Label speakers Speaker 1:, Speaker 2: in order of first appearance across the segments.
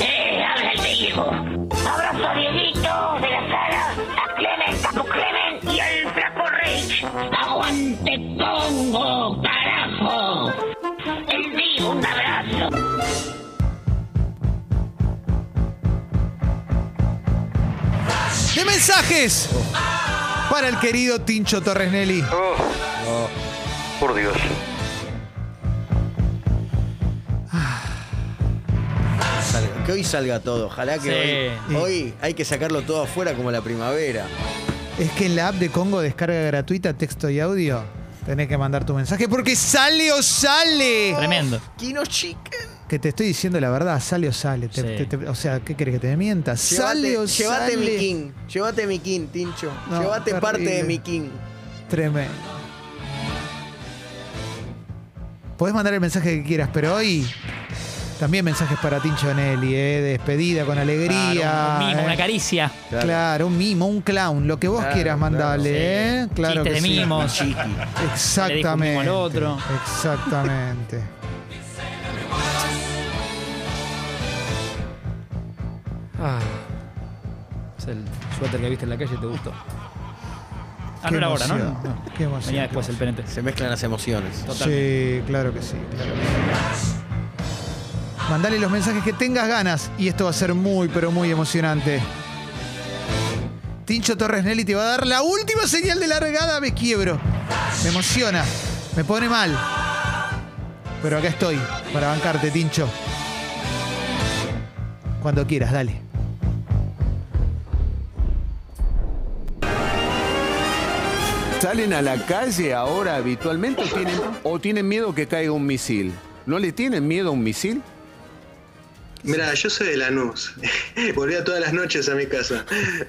Speaker 1: ¡Eh, abrazo. Envío un abrazo.
Speaker 2: De mensajes para el querido Tincho Torres Nelly.
Speaker 3: Oh. Por Dios.
Speaker 4: Salga- que hoy salga todo. Ojalá que
Speaker 2: Sí.
Speaker 4: hoy, hoy hay que sacarlo todo afuera como la primavera.
Speaker 2: Es que en la app de Congo descarga gratuita texto y audio. Tenés que mandar tu mensaje porque sale o sale.
Speaker 5: Tremendo.
Speaker 4: Kino Chicken.
Speaker 2: Que te estoy diciendo la verdad, sale o sale. Te-
Speaker 5: Sí.
Speaker 2: te- te- o sea, ¿qué querés que te mienta?
Speaker 4: Llévate,
Speaker 2: sale o
Speaker 4: llévate
Speaker 2: sale.
Speaker 4: mi king. Llévate mi king, Tincho.
Speaker 2: No,
Speaker 4: llévate
Speaker 2: terrible.
Speaker 4: parte de mi king.
Speaker 2: Tremendo. Podés mandar el mensaje que quieras, pero hoy también mensajes para Tincho Nelly, ¿eh? despedida con alegría.
Speaker 5: Claro, un mimo,
Speaker 2: ¿eh?
Speaker 5: una caricia.
Speaker 2: Claro. un mimo, un clown, lo que vos
Speaker 4: Claro,
Speaker 2: quieras
Speaker 4: claro.
Speaker 2: mandarle,
Speaker 5: Sí.
Speaker 2: ¿eh? Claro
Speaker 5: Chistes
Speaker 2: que
Speaker 5: de
Speaker 2: sí.
Speaker 5: mimos.
Speaker 2: Exactamente.
Speaker 5: Le dijo un mimo al otro.
Speaker 2: Exactamente.
Speaker 6: Ah. Es el suéter que viste en la calle y te gustó.
Speaker 5: Ah,
Speaker 2: Qué
Speaker 5: no era ahora, ¿no?
Speaker 2: emoción,
Speaker 5: No.
Speaker 2: Qué emoción.
Speaker 5: Venía después el penete.
Speaker 4: Se mezclan las emociones.
Speaker 2: Sí, claro que sí. claro que sí. Mandale los mensajes que tengas ganas y esto va a ser muy, pero muy emocionante. Tincho Torres Nelly te va a dar la última señal de largada. Me quiebro. Me emociona. Me pone mal. Pero acá estoy para bancarte, Tincho. Cuando quieras, dale.
Speaker 7: ¿Salen a la calle ahora habitualmente o tienen, o tienen miedo que caiga un misil? ¿No le tienen miedo a un misil?
Speaker 8: Mira, yo soy de Lanús. Volvía todas las noches a mi casa.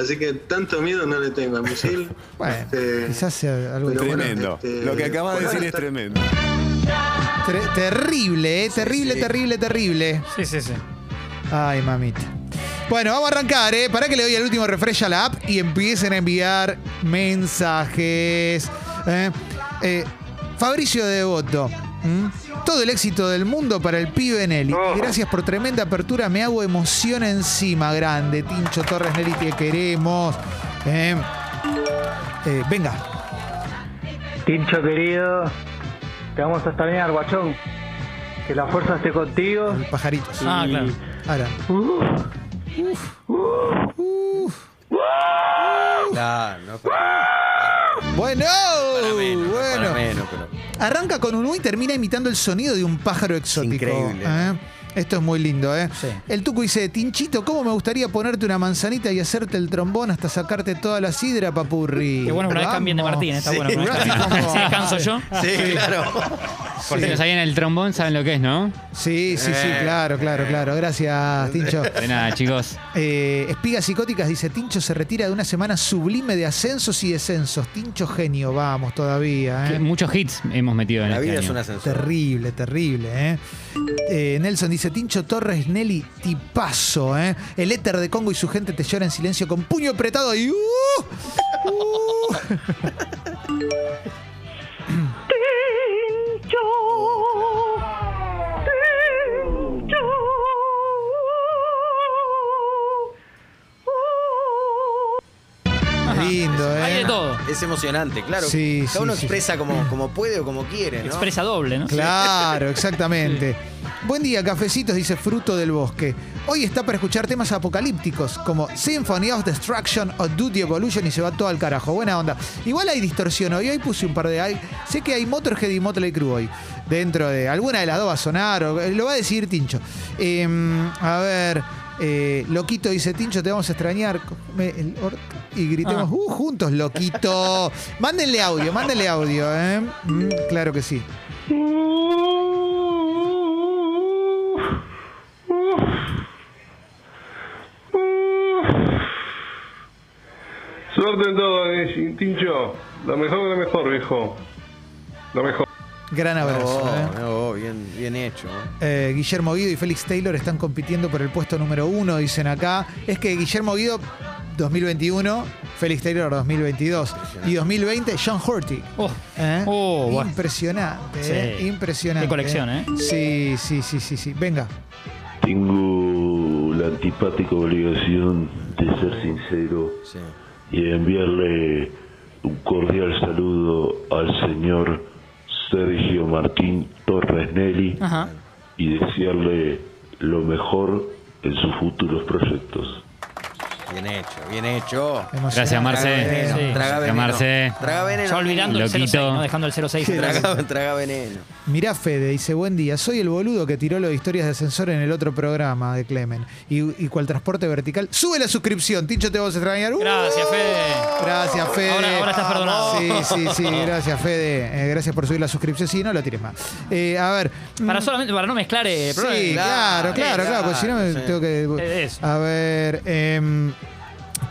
Speaker 8: Así que tanto miedo no le tengo a misil.
Speaker 2: Bueno,
Speaker 8: Este,
Speaker 2: quizás sea algo
Speaker 8: pero bueno,
Speaker 7: Tremendo.
Speaker 8: este,
Speaker 7: Lo que acabas de
Speaker 8: por
Speaker 7: decir es
Speaker 8: ahora está-
Speaker 7: tremendo.
Speaker 2: Ter- terrible, eh, terrible,
Speaker 4: sí.
Speaker 2: terrible, terrible.
Speaker 5: Sí, sí, sí.
Speaker 2: Ay, mamita. Bueno, vamos a arrancar, ¿eh? Para que le doy el último refresh a la app y empiecen a enviar mensajes. ¿eh? Eh, Fabricio Devoto. ¿m? Todo el éxito del mundo para el pibe Nelly. Y Gracias por tremenda apertura. Me hago emoción encima, grande. Tincho Torres Nelly, te queremos. ¿eh? Eh, venga,
Speaker 9: Tincho querido, te vamos a extrañar, guachón. Que la fuerza esté contigo.
Speaker 2: el pajarito.
Speaker 5: Ah, claro.
Speaker 2: Ahora.
Speaker 4: Claro, no, pero-
Speaker 2: Bueno,
Speaker 4: para menos, no para
Speaker 2: bueno.
Speaker 4: menos, pero-
Speaker 2: Arranca con un U y termina imitando el sonido de un pájaro exótico.
Speaker 4: Increíble.
Speaker 2: ¿eh? Esto es muy lindo, ¿eh?
Speaker 5: Sí.
Speaker 2: El Tuco dice, Tinchito, ¿cómo me gustaría ponerte una manzanita y hacerte el trombón hasta sacarte toda la sidra, papurri?
Speaker 5: Qué bueno que una vez cambien de
Speaker 2: Vamos.
Speaker 5: Martín, está bueno. que una vez
Speaker 2: Gracias,
Speaker 5: cambien.
Speaker 2: como-
Speaker 5: Si descanso yo.
Speaker 4: Sí, claro.
Speaker 10: Por si no sabían el trombón, saben lo que es, ¿no?
Speaker 2: Sí, sí, sí,
Speaker 4: Eh.
Speaker 2: claro, claro, claro. Gracias, Tincho.
Speaker 10: De nada, chicos.
Speaker 2: Eh, Espigas Psicóticas dice, Tincho se retira de una semana sublime de ascensos y descensos. Tincho genio, vamos, todavía. ¿eh?
Speaker 10: Muchos hits hemos metido en
Speaker 4: La
Speaker 10: este
Speaker 4: vida es
Speaker 10: año.
Speaker 4: un ascensor.
Speaker 2: Terrible, terrible, ¿eh? Eh, Nelson dice, Tincho Torres, Nelly, tipazo, ¿eh? El éter de Congo y su gente te llora en silencio con puño apretado y... ¡uh! ¡uh! Qué lindo, ¿eh?
Speaker 5: Hay de todo.
Speaker 4: Es emocionante, claro.
Speaker 2: Sí,
Speaker 4: Cada
Speaker 2: sí,
Speaker 4: uno
Speaker 2: sí.
Speaker 4: expresa como, como puede o como quiere, ¿no?
Speaker 5: Expresa doble, ¿no?
Speaker 2: Claro, exactamente. Buen día, cafecitos, dice Fruto del Bosque. Hoy está para escuchar temas apocalípticos como Symphony of Destruction o Duty Evolution y se va todo al carajo. Buena onda. Igual hay distorsión hoy. Hoy puse un par de. hay- sé que hay Motorhead y Motley Crue hoy. Dentro de. Alguna de las dos va a sonar. o- eh, lo va a decidir Tincho. Em, a ver. eh, loquito dice Tincho, te vamos a extrañar. Come el orca. Y gritemos,
Speaker 5: Ah.
Speaker 2: "Uh, juntos, loquito. mándenle audio, mándenle audio, ¿eh? Mm, claro que sí.
Speaker 9: Suerte en todo, eh, Tincho. Lo mejor de lo mejor, viejo. Lo mejor.
Speaker 2: Gran abrazo. ¿eh?
Speaker 4: No, no, Oh, bien, bien hecho. ¿no?
Speaker 2: Eh, Guillermo Guido y Félix Taylor están compitiendo por el puesto número uno, dicen acá. Es que Guillermo Guido 2021, Félix Taylor 2022 y 2020 John Horty.
Speaker 5: Oh.
Speaker 2: ¿eh?
Speaker 5: Oh, bueno.
Speaker 2: impresionante,
Speaker 5: Sí.
Speaker 2: ¿eh? impresionante.
Speaker 5: Qué colección, ¿eh?
Speaker 2: Sí, sí, sí, sí, sí. Venga.
Speaker 11: Tengo la antipática obligación de ser sincero
Speaker 4: Sí.
Speaker 11: y enviarle un cordial saludo al señor Sergio Martín Torres Nelly
Speaker 5: Ajá.
Speaker 11: y desearle lo mejor en sus futuros proyectos.
Speaker 4: Bien hecho, bien hecho.
Speaker 10: Gracias, Marce.
Speaker 4: Traga veneno,
Speaker 10: Sí.
Speaker 4: Traga
Speaker 10: Gracias,
Speaker 4: veneno.
Speaker 10: Marce.
Speaker 4: Traga veneno.
Speaker 5: Ya olvidando el
Speaker 10: Loquito.
Speaker 5: 06, no dejando el 06. atrás.
Speaker 4: Traga, traga veneno.
Speaker 2: Mirá, Fede, dice, buen día, soy el boludo que tiró lo de historias de ascensor en el otro programa de Clemen. Y, y cual transporte vertical, sube la suscripción, Tincho, te vamos a extrañar. ¡Uh!
Speaker 5: Gracias, Fede.
Speaker 2: Gracias, Fede.
Speaker 5: Ahora- ahora estás perdonado.
Speaker 2: Sí, sí, sí, gracias, Fede. Eh, gracias por subir la suscripción. Sí, no la tires más. Eh, a ver. mm,
Speaker 5: Para solamente, para no mezclar eh, programa.
Speaker 2: Sí, claro,
Speaker 4: Claro,
Speaker 2: claro, claro, porque si no me
Speaker 4: sí.
Speaker 2: tengo
Speaker 5: Eh,
Speaker 2: que.
Speaker 5: eso.
Speaker 2: A ver, em,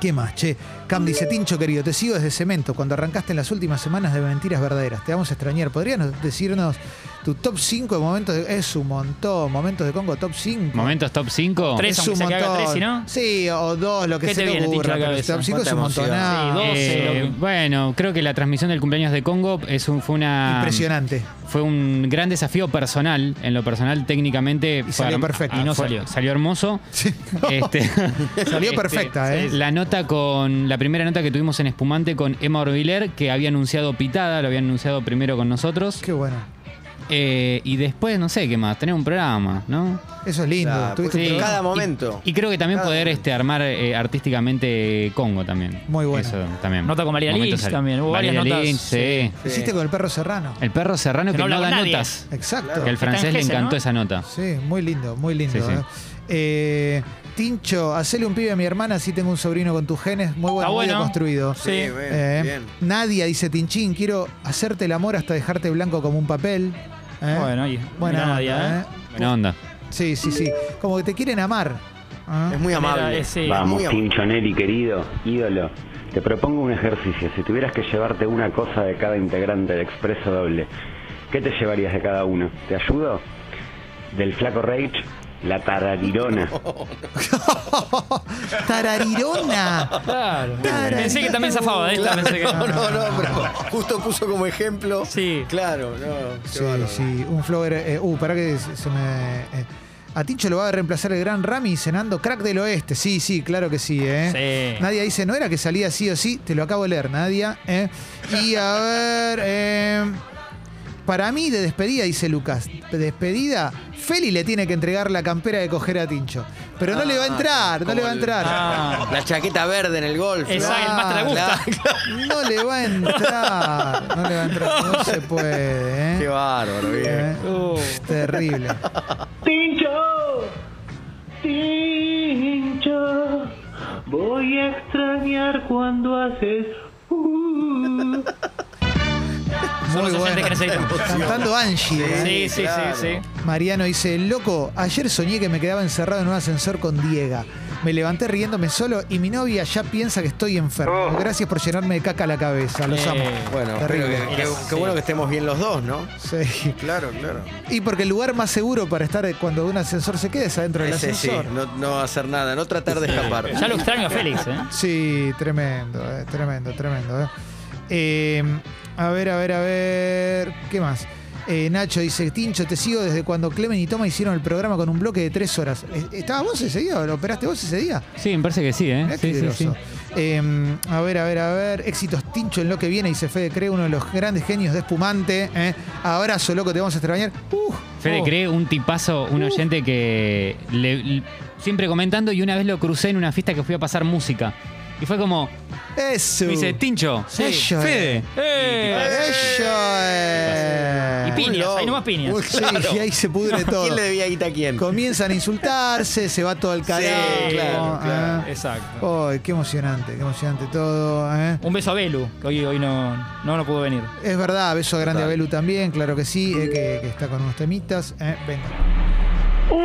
Speaker 2: ¿qué más? Che, Cam dice, Tincho querido, te sigo desde Cemento, cuando arrancaste en las últimas semanas de Mentiras Verdaderas, te vamos a extrañar. ¿Podrías nos- decirnos tu top 5 de momentos de... Es un montón, momentos de Congo, top 5.
Speaker 10: Momentos top 5.
Speaker 5: Tres.
Speaker 2: es
Speaker 5: aunque
Speaker 2: un
Speaker 5: sea que haga tres, si no.
Speaker 2: Sí, o dos, lo que
Speaker 5: ¿Qué
Speaker 2: se
Speaker 5: te
Speaker 2: te
Speaker 5: viene, Tincho,
Speaker 2: ocurra,
Speaker 5: a la
Speaker 2: pero
Speaker 5: cabeza?
Speaker 2: top 5 es
Speaker 4: Cuánta
Speaker 2: un
Speaker 4: emoción.
Speaker 2: montonado.
Speaker 5: Sí,
Speaker 10: Eh,
Speaker 5: Doce.
Speaker 10: bueno, creo que la transmisión del cumpleaños de Congo es un- fue una
Speaker 2: Impresionante.
Speaker 10: fue un gran desafío personal. En lo personal, técnicamente. fue
Speaker 2: salió
Speaker 10: arm-
Speaker 2: perfecto.
Speaker 10: ah,
Speaker 2: Y no
Speaker 10: fue-
Speaker 5: salió.
Speaker 10: Salió hermoso. Este-
Speaker 2: Salió perfecta, ¿eh?
Speaker 10: La nota con. La primera nota que tuvimos en Espumante con Emma Orbiler, que había anunciado Pitada, lo había anunciado primero con nosotros.
Speaker 2: Qué bueno.
Speaker 10: Eh, y después, no sé qué más, tener un programa, ¿no?
Speaker 2: Eso es lindo.
Speaker 4: Ah,
Speaker 2: Tuviste
Speaker 4: pues
Speaker 2: un
Speaker 4: sí.
Speaker 2: programa.
Speaker 4: Cada momento.
Speaker 10: Y creo que también
Speaker 4: Cada
Speaker 10: poder
Speaker 4: momento.
Speaker 10: este, armar eh, artísticamente Congo también.
Speaker 2: Muy bueno.
Speaker 10: Eso también.
Speaker 5: Nota con María
Speaker 10: Momentos
Speaker 5: Lynch
Speaker 10: al-
Speaker 5: también, hubo varias
Speaker 10: María
Speaker 5: notas.
Speaker 10: Lynch, sí.
Speaker 2: Hiciste con el perro serrano.
Speaker 10: El perro serrano
Speaker 5: Que
Speaker 10: que,
Speaker 5: no
Speaker 10: no,
Speaker 5: hablaba
Speaker 10: da
Speaker 5: nadie.
Speaker 10: notas.
Speaker 2: Exacto.
Speaker 10: Que al francés
Speaker 5: Está
Speaker 10: le
Speaker 5: en Gese,
Speaker 10: encantó
Speaker 5: ¿no?
Speaker 10: esa nota.
Speaker 2: Sí, muy lindo, muy lindo.
Speaker 10: Sí, sí.
Speaker 2: ¿eh? Eh, Tincho, hacele un pibe a mi hermana, así tengo un sobrino con tus genes, muy bueno,
Speaker 5: Está
Speaker 2: muy
Speaker 5: bueno.
Speaker 2: bien construido.
Speaker 5: Sí.
Speaker 4: bueno,
Speaker 2: Eh,
Speaker 4: bien.
Speaker 2: Nadia dice Tinchín, quiero hacerte el amor hasta dejarte blanco como un papel. ¿Eh?
Speaker 5: Bueno, y-
Speaker 2: Buena
Speaker 5: mirá,
Speaker 2: onda,
Speaker 5: Nadia,
Speaker 2: ¿eh?
Speaker 10: Buena onda.
Speaker 2: Sí, sí, sí. Como que te quieren amar. ¿ah?
Speaker 4: Es muy amable.
Speaker 5: Era ese-
Speaker 4: Vamos,
Speaker 12: Vamos, Tincho Nelly, querido, ídolo. Te propongo un ejercicio. Si tuvieras que llevarte una cosa de cada integrante del Expreso Doble, ¿qué te llevarías de cada uno? ¿Te ayudo? Del flaco Rage, la tararirona.
Speaker 2: Tararirona.
Speaker 6: Claro.
Speaker 2: Tararirona.
Speaker 5: Pensé que también zafaba de esta,
Speaker 4: Claro,
Speaker 5: pensé que.
Speaker 4: no, no, no, pero justo puso como ejemplo.
Speaker 5: Sí.
Speaker 4: Claro, no. qué
Speaker 2: Sí,
Speaker 4: bárbaro.
Speaker 2: sí, un flower. eh, uh, pará que se se me. eh, a Tincho lo va a reemplazar el gran Rami cenando crack del oeste. Sí, sí, claro que sí, ¿eh?
Speaker 5: Sí.
Speaker 2: Nadia dice, no era que salía sí o sí, te lo acabo de leer, Nadia. ¿eh? Y a ver, eh, para mí de despedida, dice Lucas, de despedida, Feli le tiene que entregar la campera de coger a Tincho. Pero no
Speaker 4: Ah,
Speaker 2: le va a entrar, no
Speaker 4: como
Speaker 2: le va a
Speaker 4: el-
Speaker 2: entrar.
Speaker 5: Ah,
Speaker 4: La chaqueta verde en el golf. Ah,
Speaker 5: Exacto, el más te la gusta.
Speaker 2: Claro, No le va a entrar, no le va a entrar, no se puede. ¿eh?
Speaker 4: Qué bárbaro, bien.
Speaker 5: Uh,
Speaker 2: ¿Eh? Uf, Terrible.
Speaker 1: Tincho, Tincho, voy a extrañar cuando haces. uh.
Speaker 5: Son
Speaker 2: Muy
Speaker 5: los oyentes
Speaker 2: bueno.
Speaker 5: que necesitamos.
Speaker 2: Cantando Angie. ¿eh?
Speaker 5: Sí, sí,
Speaker 4: claro.
Speaker 5: sí, sí.
Speaker 2: Mariano dice, loco, ayer soñé que me quedaba encerrado en un ascensor con Diega. Me levanté riéndome solo y mi novia ya piensa que estoy enfermo.
Speaker 3: Oh.
Speaker 2: Gracias por llenarme de caca la cabeza, los
Speaker 5: Eh,
Speaker 2: amo.
Speaker 4: Bueno, pero
Speaker 2: Terrible.
Speaker 4: que- que- qué bueno que estemos bien los dos, ¿no?
Speaker 2: Sí.
Speaker 4: Claro, claro.
Speaker 2: Y porque el lugar más seguro para estar cuando un ascensor se quede es adentro del
Speaker 4: Ese sí,
Speaker 2: ascensor.
Speaker 4: no, no hacer nada, no tratar de escapar.
Speaker 5: Ya lo extraño a Félix, ¿eh?
Speaker 2: Sí, tremendo, eh, tremendo, tremendo. eh. Eh, a ver, a ver, a ver. ¿Qué más? Eh, Nacho dice, Tincho, te sigo desde cuando Clemen y Toma hicieron el programa con un bloque de tres horas. ¿E- ¿Estabas vos ese día? ¿Lo operaste vos ese día?
Speaker 10: Sí, me parece que sí, ¿eh?
Speaker 2: Mirá
Speaker 10: Sí,
Speaker 2: qué
Speaker 10: sí, sí.
Speaker 2: groso. Eh, a ver, a ver, a ver. Éxitos Tincho en lo que viene, dice Fede Cree, uno de los grandes genios de espumante. eh. Abrazo, loco, te vamos a extrañar. Uh,
Speaker 10: Fede
Speaker 2: oh.
Speaker 10: cree un tipazo, un oyente que le- le- siempre comentando y una vez lo crucé en una fiesta que fui a pasar música. Y fue como,
Speaker 2: Eso.
Speaker 10: me dice, Tincho,
Speaker 2: Uh. Sí. Eso
Speaker 10: Fede.
Speaker 2: es. Eh, Eso es.
Speaker 5: Y piñas, ahí nomás piñas.
Speaker 2: Uy, sí, y ahí se pudre todo.
Speaker 4: ¿Quién le debía guita a quién?
Speaker 2: Comienzan a insultarse, se va todo al carajo.
Speaker 4: claro, claro.
Speaker 2: ¿eh?
Speaker 5: Exacto.
Speaker 2: Ay, qué emocionante, qué emocionante todo. ¿eh?
Speaker 5: Un beso a Belu, que hoy, hoy no, no, no pudo venir.
Speaker 2: Es verdad, beso grande a
Speaker 4: Total.
Speaker 2: Belu también, claro que sí, eh, que, que está con unos temitas. eh, Venga.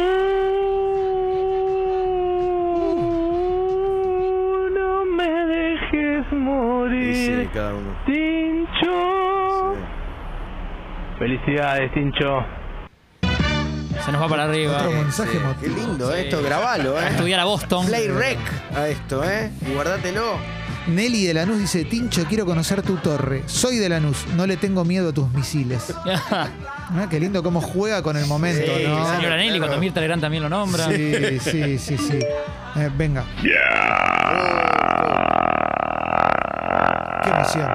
Speaker 1: Uh, no me dejes
Speaker 4: Sí, sí,
Speaker 1: morir,
Speaker 4: cada uno.
Speaker 1: Tincho.
Speaker 9: Felicidades, Tincho.
Speaker 5: Se nos va para arriba.
Speaker 2: Otro
Speaker 5: Va
Speaker 2: mensaje
Speaker 4: Sí, Qué
Speaker 2: emotivo.
Speaker 4: lindo eh, esto, grabalo,
Speaker 5: a
Speaker 4: ¿eh?
Speaker 5: estudiar a Boston.
Speaker 4: Play rec a esto, ¿eh? Y guardátelo.
Speaker 2: Nelly de Lanús dice, Tincho, quiero conocer tu torre. Soy de Lanús, no le tengo miedo a tus misiles. Ah, Qué lindo cómo juega con el momento,
Speaker 5: Sí,
Speaker 2: ¿no?
Speaker 5: señora Nelly, cuando Mirta Legrand también lo nombra.
Speaker 2: Sí, sí, sí, sí. Eh, venga. Qué emoción.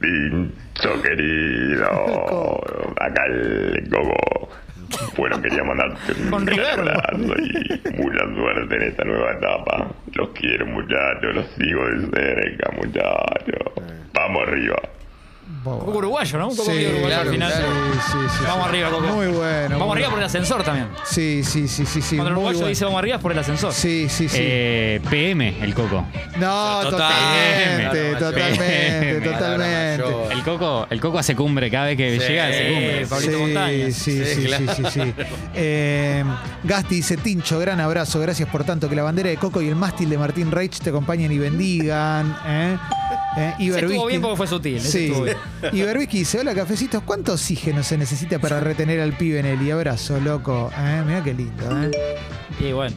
Speaker 11: Pincho querido.
Speaker 13: Bueno, Oh, acá el Coco. Bueno, quería mandarte un
Speaker 1: Con
Speaker 13: gran
Speaker 1: River.
Speaker 13: abrazo y mucha suerte en esta nueva etapa. Los quiero, muchachos, los sigo de cerca, muchachos. Ah, Vamos arriba.
Speaker 5: Un poco uruguayo, ¿no? Un poco
Speaker 2: Sí,
Speaker 5: medio uruguayo
Speaker 2: claro,
Speaker 5: al final.
Speaker 2: claro. Sí, sí, sí.
Speaker 5: Vamos arriba, Coco.
Speaker 2: Muy bueno.
Speaker 5: Vamos
Speaker 2: muy
Speaker 5: arriba
Speaker 2: bueno.
Speaker 5: por el ascensor también.
Speaker 2: Sí, sí, sí, sí. sí
Speaker 5: Cuando el
Speaker 2: muy
Speaker 5: uruguayo
Speaker 2: bueno.
Speaker 5: dice vamos arriba es por el ascensor.
Speaker 2: Sí, sí, sí.
Speaker 10: Eh, PM, el coco.
Speaker 2: No, totalmente, totalmente, totalmente.
Speaker 10: El coco, el coco hace cumbre cada vez que
Speaker 2: Sí,
Speaker 10: llega, hace cumbre.
Speaker 2: sí, Sí, sí, sí, sí, sí. Eh, Gasti dice, Tincho, gran abrazo, gracias por tanto, que la bandera de Coco y el mástil de Martín Reich te acompañen y bendigan. ¿eh? Eh,
Speaker 5: Ese
Speaker 2: Iberbisky-
Speaker 5: estuvo bien porque fue sutil, ese
Speaker 2: Sí.
Speaker 5: estuvo bien.
Speaker 2: Iberbisky dice, hola cafecitos, ¿cuánto oxígeno se necesita para retener al pibe en el y abrazo, loco? ¿eh? Mira qué lindo, ¿eh?
Speaker 5: Y bueno.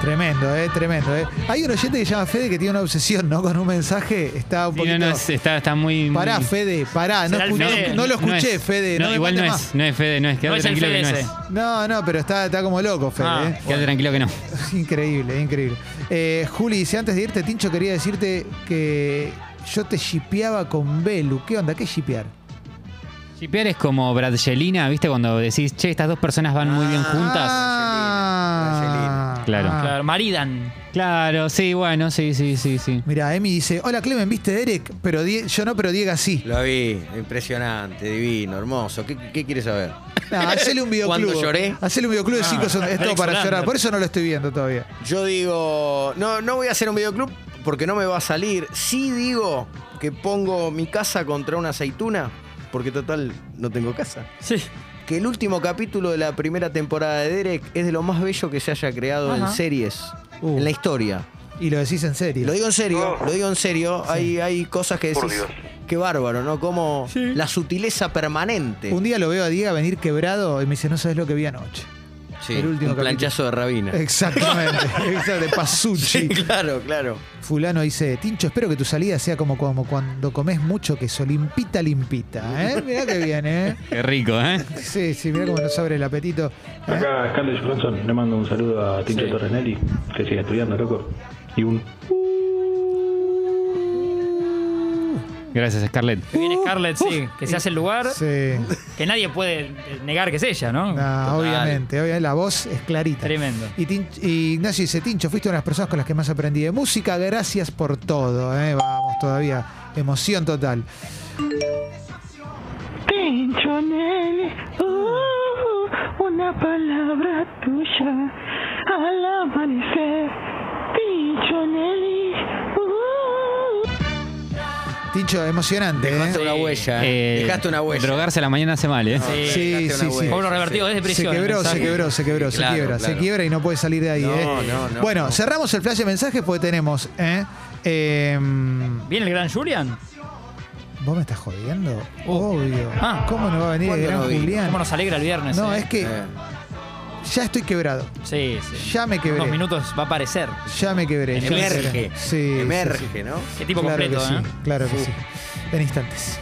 Speaker 2: Tremendo, eh, tremendo, eh. Hay un oyente que se llama Fede que tiene una obsesión, ¿no? Con un mensaje, está un
Speaker 10: Sí, no,
Speaker 2: poquito...
Speaker 10: no, es- está, está muy. muy-
Speaker 2: Pará, Fede, pará, no,
Speaker 10: Será el
Speaker 2: escuché-
Speaker 10: Fede.
Speaker 2: no lo escuché,
Speaker 10: es.
Speaker 2: Fede. No,
Speaker 10: No,
Speaker 2: me
Speaker 10: igual no
Speaker 2: mande
Speaker 10: es, no es Fede, no es. Quédate tranquilo que
Speaker 5: eh.
Speaker 10: no es.
Speaker 2: No, no, pero está, está como loco, Fede.
Speaker 10: Ah,
Speaker 2: ¿eh?
Speaker 10: Quédate tranquilo que no.
Speaker 2: Increíble, increíble. Eh, Juli dice, antes de irte, Tincho, quería decirte que yo te shipeaba con Belu. ¿Qué onda? ¿Qué es shipear?
Speaker 10: Shipear es como Bradgelina, ¿viste? Cuando decís, che, estas dos personas van muy
Speaker 4: Ah.
Speaker 10: bien juntas.
Speaker 2: Ah,
Speaker 10: Claro.
Speaker 5: Claro, maridan.
Speaker 10: Claro, sí, bueno, sí, sí, sí, sí.
Speaker 2: Mira, Emi dice, hola Clemen, ¿viste Derek? Pero Die- yo no, pero Diego sí.
Speaker 4: Lo vi, impresionante, divino, hermoso. ¿Qué, qué quieres saber?
Speaker 2: No, Ah, hacele un videoclub.
Speaker 4: ¿Cuándo lloré?
Speaker 2: Hacele un videoclub de
Speaker 4: Ah,
Speaker 2: cinco son- Es todo
Speaker 4: Alex
Speaker 2: para
Speaker 4: Solander.
Speaker 2: llorar. Por eso no lo estoy viendo todavía.
Speaker 4: Yo digo, no, no voy a hacer un videoclub porque no me va a salir. Sí digo que pongo mi casa contra una aceituna, porque total no tengo casa.
Speaker 5: Sí.
Speaker 4: Que el último capítulo de la primera temporada de Derek es de lo más bello que se haya creado en
Speaker 2: Ajá.
Speaker 4: series,
Speaker 2: Uh.
Speaker 4: en la historia.
Speaker 2: Y lo decís en serio.
Speaker 4: Lo digo en serio, lo digo en serio. Hay, hay cosas que decís, qué bárbaro, ¿no? Como la sutileza permanente.
Speaker 2: Un día lo veo a Diego venir quebrado y me dice, no sabes lo que vi anoche.
Speaker 4: Sí,
Speaker 2: el último Eh,
Speaker 4: un planchazo de rabina.
Speaker 2: Exactamente. Exacto, de Pasucci.
Speaker 4: Sí, claro, claro.
Speaker 2: Fulano dice, Tincho, espero que tu salida sea como, como cuando comes mucho queso, limpita, limpita. ¿eh? Mirá que bien, ¿eh?
Speaker 10: Qué rico, ¿eh?
Speaker 2: Sí, sí, mirá cómo nos abre el apetito.
Speaker 14: Acá Scarlett Johansson le mando un saludo a Tincho Torrenelli, que sigue estudiando, loco. Y un
Speaker 10: Gracias, Scarlett.
Speaker 5: Que viene Scarlett, sí. Que se hace el lugar.
Speaker 2: Uh, Sí.
Speaker 5: Que nadie puede eh, negar que es ella, ¿no?
Speaker 2: Ah,
Speaker 5: Total.
Speaker 2: obviamente, obviamente, la voz es clarita.
Speaker 5: Tremendo.
Speaker 2: Y, Tin- y Ignacio dice, Tincho, fuiste una de las personas con las que más aprendí de música, gracias por todo, ¿eh? vamos, todavía, emoción total.
Speaker 1: Tincho Nelly, uh, una palabra tuya al amanecer. Tincho Nelly, uh.
Speaker 2: Tincho, emocionante.
Speaker 4: Dejaste una huella, ¿eh?
Speaker 10: Eh,
Speaker 4: Dejaste una huella.
Speaker 10: Drogarse a la mañana hace mal, ¿eh?
Speaker 4: Sí,
Speaker 2: Sí, sí, sí.
Speaker 5: Cobro revertido desde prisión.
Speaker 2: Se quebró, se
Speaker 5: mensaje.
Speaker 2: quebró, se quebró,
Speaker 5: Claro,
Speaker 2: se quiebra,
Speaker 5: claro.
Speaker 2: se quiebra y no puede salir de ahí.
Speaker 5: No,
Speaker 2: ¿eh?
Speaker 5: no, no,
Speaker 2: bueno,
Speaker 5: no.
Speaker 2: cerramos el flash de mensajes porque tenemos. ¿eh? Em,
Speaker 5: ¿Viene el gran Julian?
Speaker 2: ¿Vos me estás jodiendo? Obvio. ¿Cómo no va a venir el
Speaker 5: ¿Cuándo
Speaker 2: gran
Speaker 5: no vino?
Speaker 2: Julián?
Speaker 5: Uh. Ah. ¿Cómo nos alegra el viernes?
Speaker 2: No,
Speaker 5: eh?
Speaker 2: es que ya estoy quebrado.
Speaker 5: Sí, sí.
Speaker 2: Ya me quebré.
Speaker 5: Unos minutos va a aparecer.
Speaker 2: Ya me quebré. ya me
Speaker 5: Emerge.
Speaker 2: quebré. Sí, sí, sí.
Speaker 4: ¿no?
Speaker 5: Qué tipo
Speaker 2: claro
Speaker 5: completo,
Speaker 2: que sí,
Speaker 5: ¿eh?
Speaker 2: Claro que sí. En instantes.